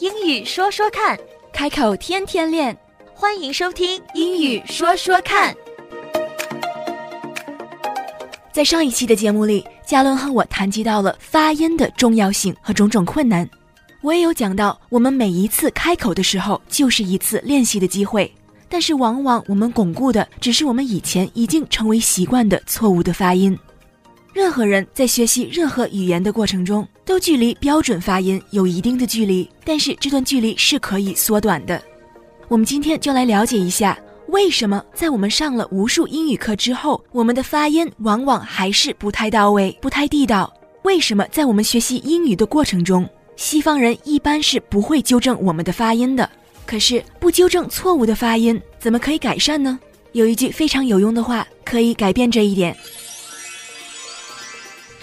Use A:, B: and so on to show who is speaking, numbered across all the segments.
A: 英语说说看，
B: 开口天天练，
A: 欢迎收听《英语说说看》。
B: 在上一期的节目里，嘉伦和我谈及到了发音的重要性和种种困难。我也有讲到，我们每一次开口的时候，就是一次练习的机会。但是往往我们巩固的只是我们以前已经成为习惯的错误的发音。任何人在学习任何语言的过程中，都距离标准发音有一定的距离，但是这段距离是可以缩短的。我们今天就来了解一下，为什么在我们上了无数英语课之后，我们的发音往往还是不太到位、不太地道？为什么在我们学习英语的过程中，西方人一般是不会纠正我们的发音的？可是不纠正错误的发音，怎么可以改善呢？有一句非常有用的话，可以改变这一点。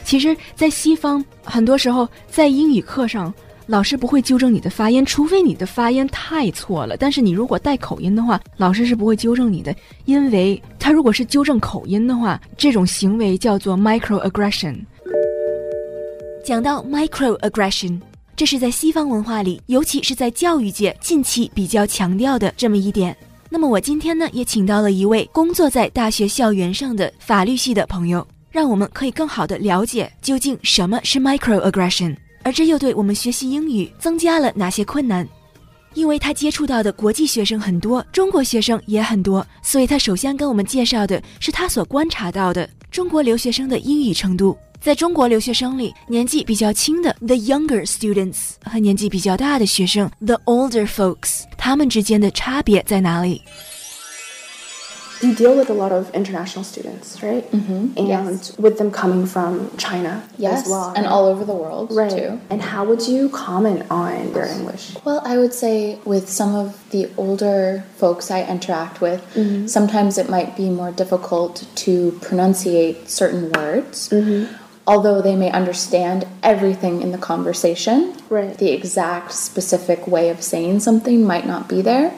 C: 其实，在西方，很多时候在英语课上，老师不会纠正你的发音，除非你的发音太错了。但是你如果带口音的话，老师是不会纠正你的，因为他如果是纠正口音的话，这种行为叫做 microaggression。
B: 讲到 microaggression，这是在西方文化里，尤其是在教育界近期比较强调的这么一点。那么我今天呢，也请到了一位工作在大学校园上的法律系的朋友。让我们可以更好的了解究竟什么是 microaggression，而这又对我们学习英语增加了哪些困难？因为他接触到的国际学生很多，中国学生也很多，所以他首先跟我们介绍的是他所观察到的中国留学生的英语程度。在中国留学生里，年纪比较轻的 the younger students 和年纪比较大的学生 the older folks，他们之间的差别在哪里？
D: You deal with a lot of international students, right?
E: Mm-hmm.
D: And
E: yes.
D: with them coming from China
E: Yes.
D: as well.
E: And all over the world
D: right.
E: too.
D: And how would you comment on their English?
E: Well, I would say with some of the older folks I interact with, sometimes it might be more difficult to pronunciate certain words. Although they may understand everything in the conversation,
D: Right.
E: the exact specific way of saying something might not be there.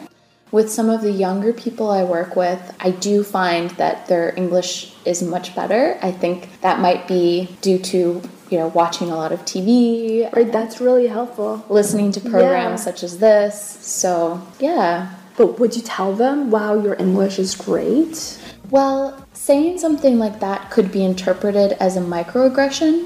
E: With some of the younger people I work with, I do find that their English is much better. I think that might be due to, you know, watching a lot of TV
D: Right, that's really helpful.
E: listening to programs
D: Yeah.
E: such as this. So, yeah.
D: But would you tell them, wow, your English is great?
E: Well, saying something like that could be interpreted as a microaggression.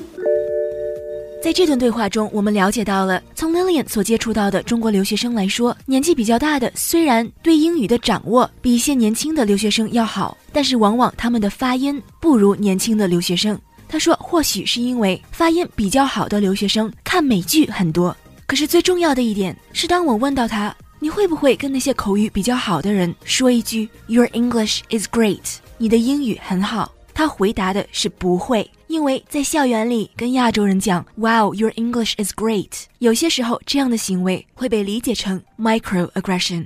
B: 在这段对话中，我们了解到了，从 Lilian 所接触到的中国留学生来说，年纪比较大的虽然对英语的掌握比一些年轻的留学生要好，但是往往他们的发音不如年轻的留学生。他说，或许是因为发音比较好的留学生看美剧很多。可是最重要的一点是，当我问到他，你会不会跟那些口语比较好的人说一句 “Your English is great”，你的英语很好？他回答的是不会，因为在校园里跟亚洲人讲 “Wow, your English is great”，有些时候这样的行为会被理解成 microaggression。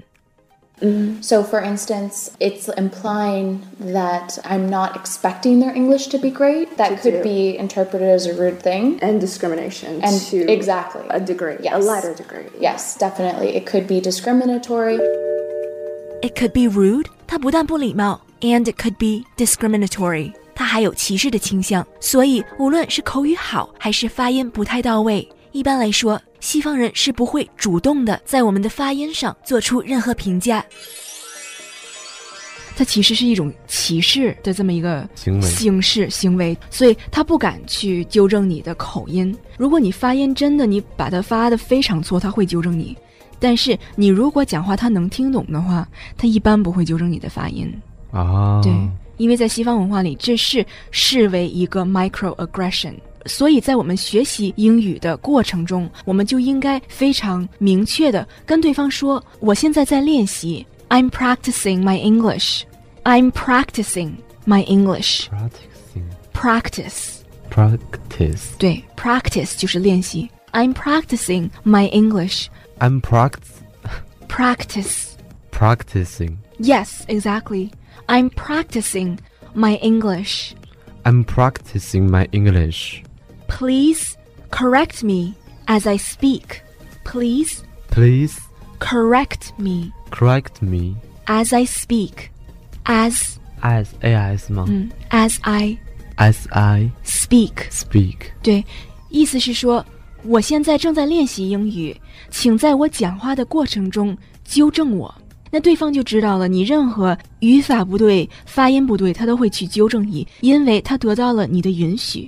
E: So, for instance, it's implying that I'm not expecting their English to be great. That could
D: do.
E: be interpreted as a rude thing.
D: And discrimination
E: And
D: to
E: exactly.
D: a degree, a
E: Yes.
D: lighter degree.
E: Yes, definitely. It could be discriminatory.
B: It could be rude，它不但不礼貌，and it could be discriminatory，它还有歧视的倾向。所以，无论是口语好还是发音不太到位，一般来说，西方人是不会主动的在我们的发音上做出任何评价。
C: 它其实是一种歧视的这么一个
F: 行为
C: 形式行为，所以他不敢去纠正你的口音。如果你发音真的你把它发的非常错，他会纠正你。但是你如果讲话他能听懂的话，他一般不会纠正你的发音。
F: 啊，
C: 对，因为在西方文化里，这是视为一个 microaggression。所以在我们学习英语的过程中，我们就应该非常明确的跟对方说：“我现在在练习，I'm practicing my English。”I'm practicing my English。
F: practicing
C: Practice，
F: practice
C: 对，practice 就是练习。I'm practicing my English。
F: I'm practice
C: Practice。
F: practicing
C: Yes, exactly. I'm practicing my English.
F: I'm practicing my English.
C: Please correct me as I speak. Please
F: Please
C: correct me
F: correct me
C: as I speak. As
F: as as 吗、
C: 嗯，as I
F: As I
C: speak，
F: speak
C: 对，意思是说我现在正在练习英语，请在我讲话的过程中纠正我。那对方就知道了，你任何语法不对、发音不对，他都会去纠正你，因为他得到了你的允许。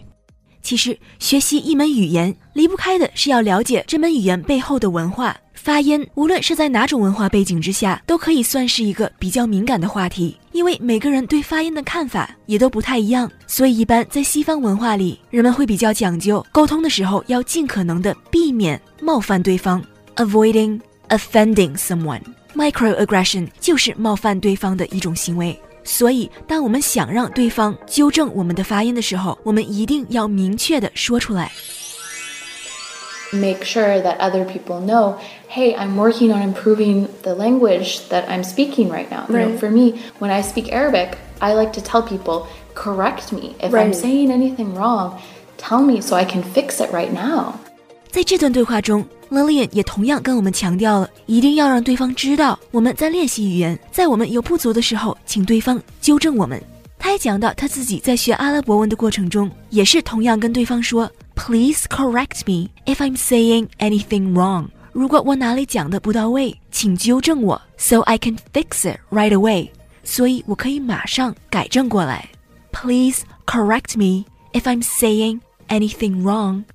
B: 其实，学习一门语言离不开的是要了解这门语言背后的文化。发音，无论是在哪种文化背景之下，都可以算是一个比较敏感的话题，因为每个人对发音的看法也都不太一样。所以，一般在西方文化里，人们会比较讲究沟通的时候要尽可能的避免冒犯对方，avoiding offending someone。microaggression 就是冒犯对方的一种行为。所以，当我们想让对方纠正我们的发音的时候，我们一定要明确的说出来。
E: Make sure that other people know, hey, I'm working on improving the language that I'm speaking right now. You know,
D: Right.
E: for me, when I speak Arabic, I like to tell people, correct me. If
D: Right.
E: I'm saying anything wrong, tell me so I can fix it right now.
B: 在这段对话中，Lillian 也同样跟我们强调了，一定要让对方知道我们在练习语言，在我们有不足的时候，请对方纠正我们。他也讲到他自己在学阿拉伯文的过程中，也是同样跟对方说：“Please correct me if I'm saying anything wrong。”如果我哪里讲的不到位，请纠正我，so I can fix it right away。所以我可以马上改正过来。Please correct me if I'm saying anything wrong。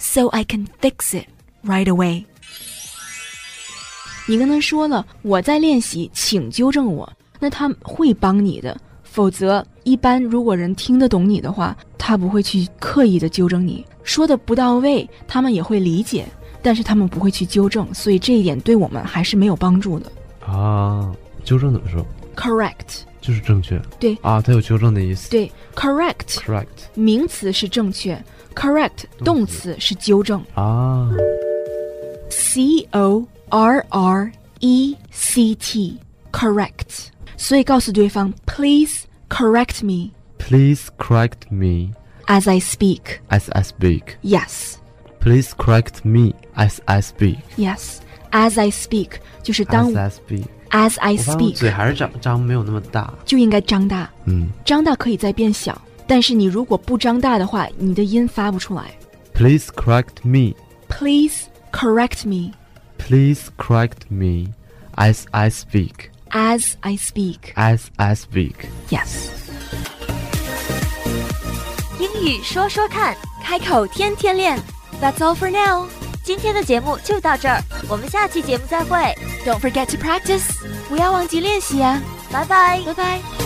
B: so I can fix it right away.
C: 你跟他说了我在练习，请纠正我，那他会帮你的。否则，一般如果人听得懂你的话，他不会去刻意的纠正你。说的不到位，他们也会理解，但是他们不会去纠正，所以这一点对我们还是没有帮助的。
F: 啊，纠正怎么说？
C: Correct，
F: 就是正确。
C: 对
F: 啊，它有纠正的意思。
C: 对，correct
F: ，correct
C: 名词是正确，correct 动词是纠正。
F: 啊
C: C O R R E C T correct，所以告诉对方，Please correct me
F: ，Please correct me
C: as I speak.
F: as I speak.
C: Yes,
F: Please correct me as I speak.
C: yes, as I speak 就是当
F: As I speak.
C: as I
F: 我发现我嘴
C: speak
F: 还是张张没有那么大。
C: 就应该张大，
F: 嗯
C: 张大可以再变小，但是你如果不张大的话，你的音发不出来。
F: ，Please correct me.
C: Please correct me
F: Please correct me as I speak.
C: as I speak.
F: As I speak.
C: Yes.
A: 英语说说看，开口天天练。That's all for now。今天的节目就到这儿，我们下期节目再会，
B: Don't forget to practice. 不要忘记练习啊！
A: 拜拜。
B: 拜拜。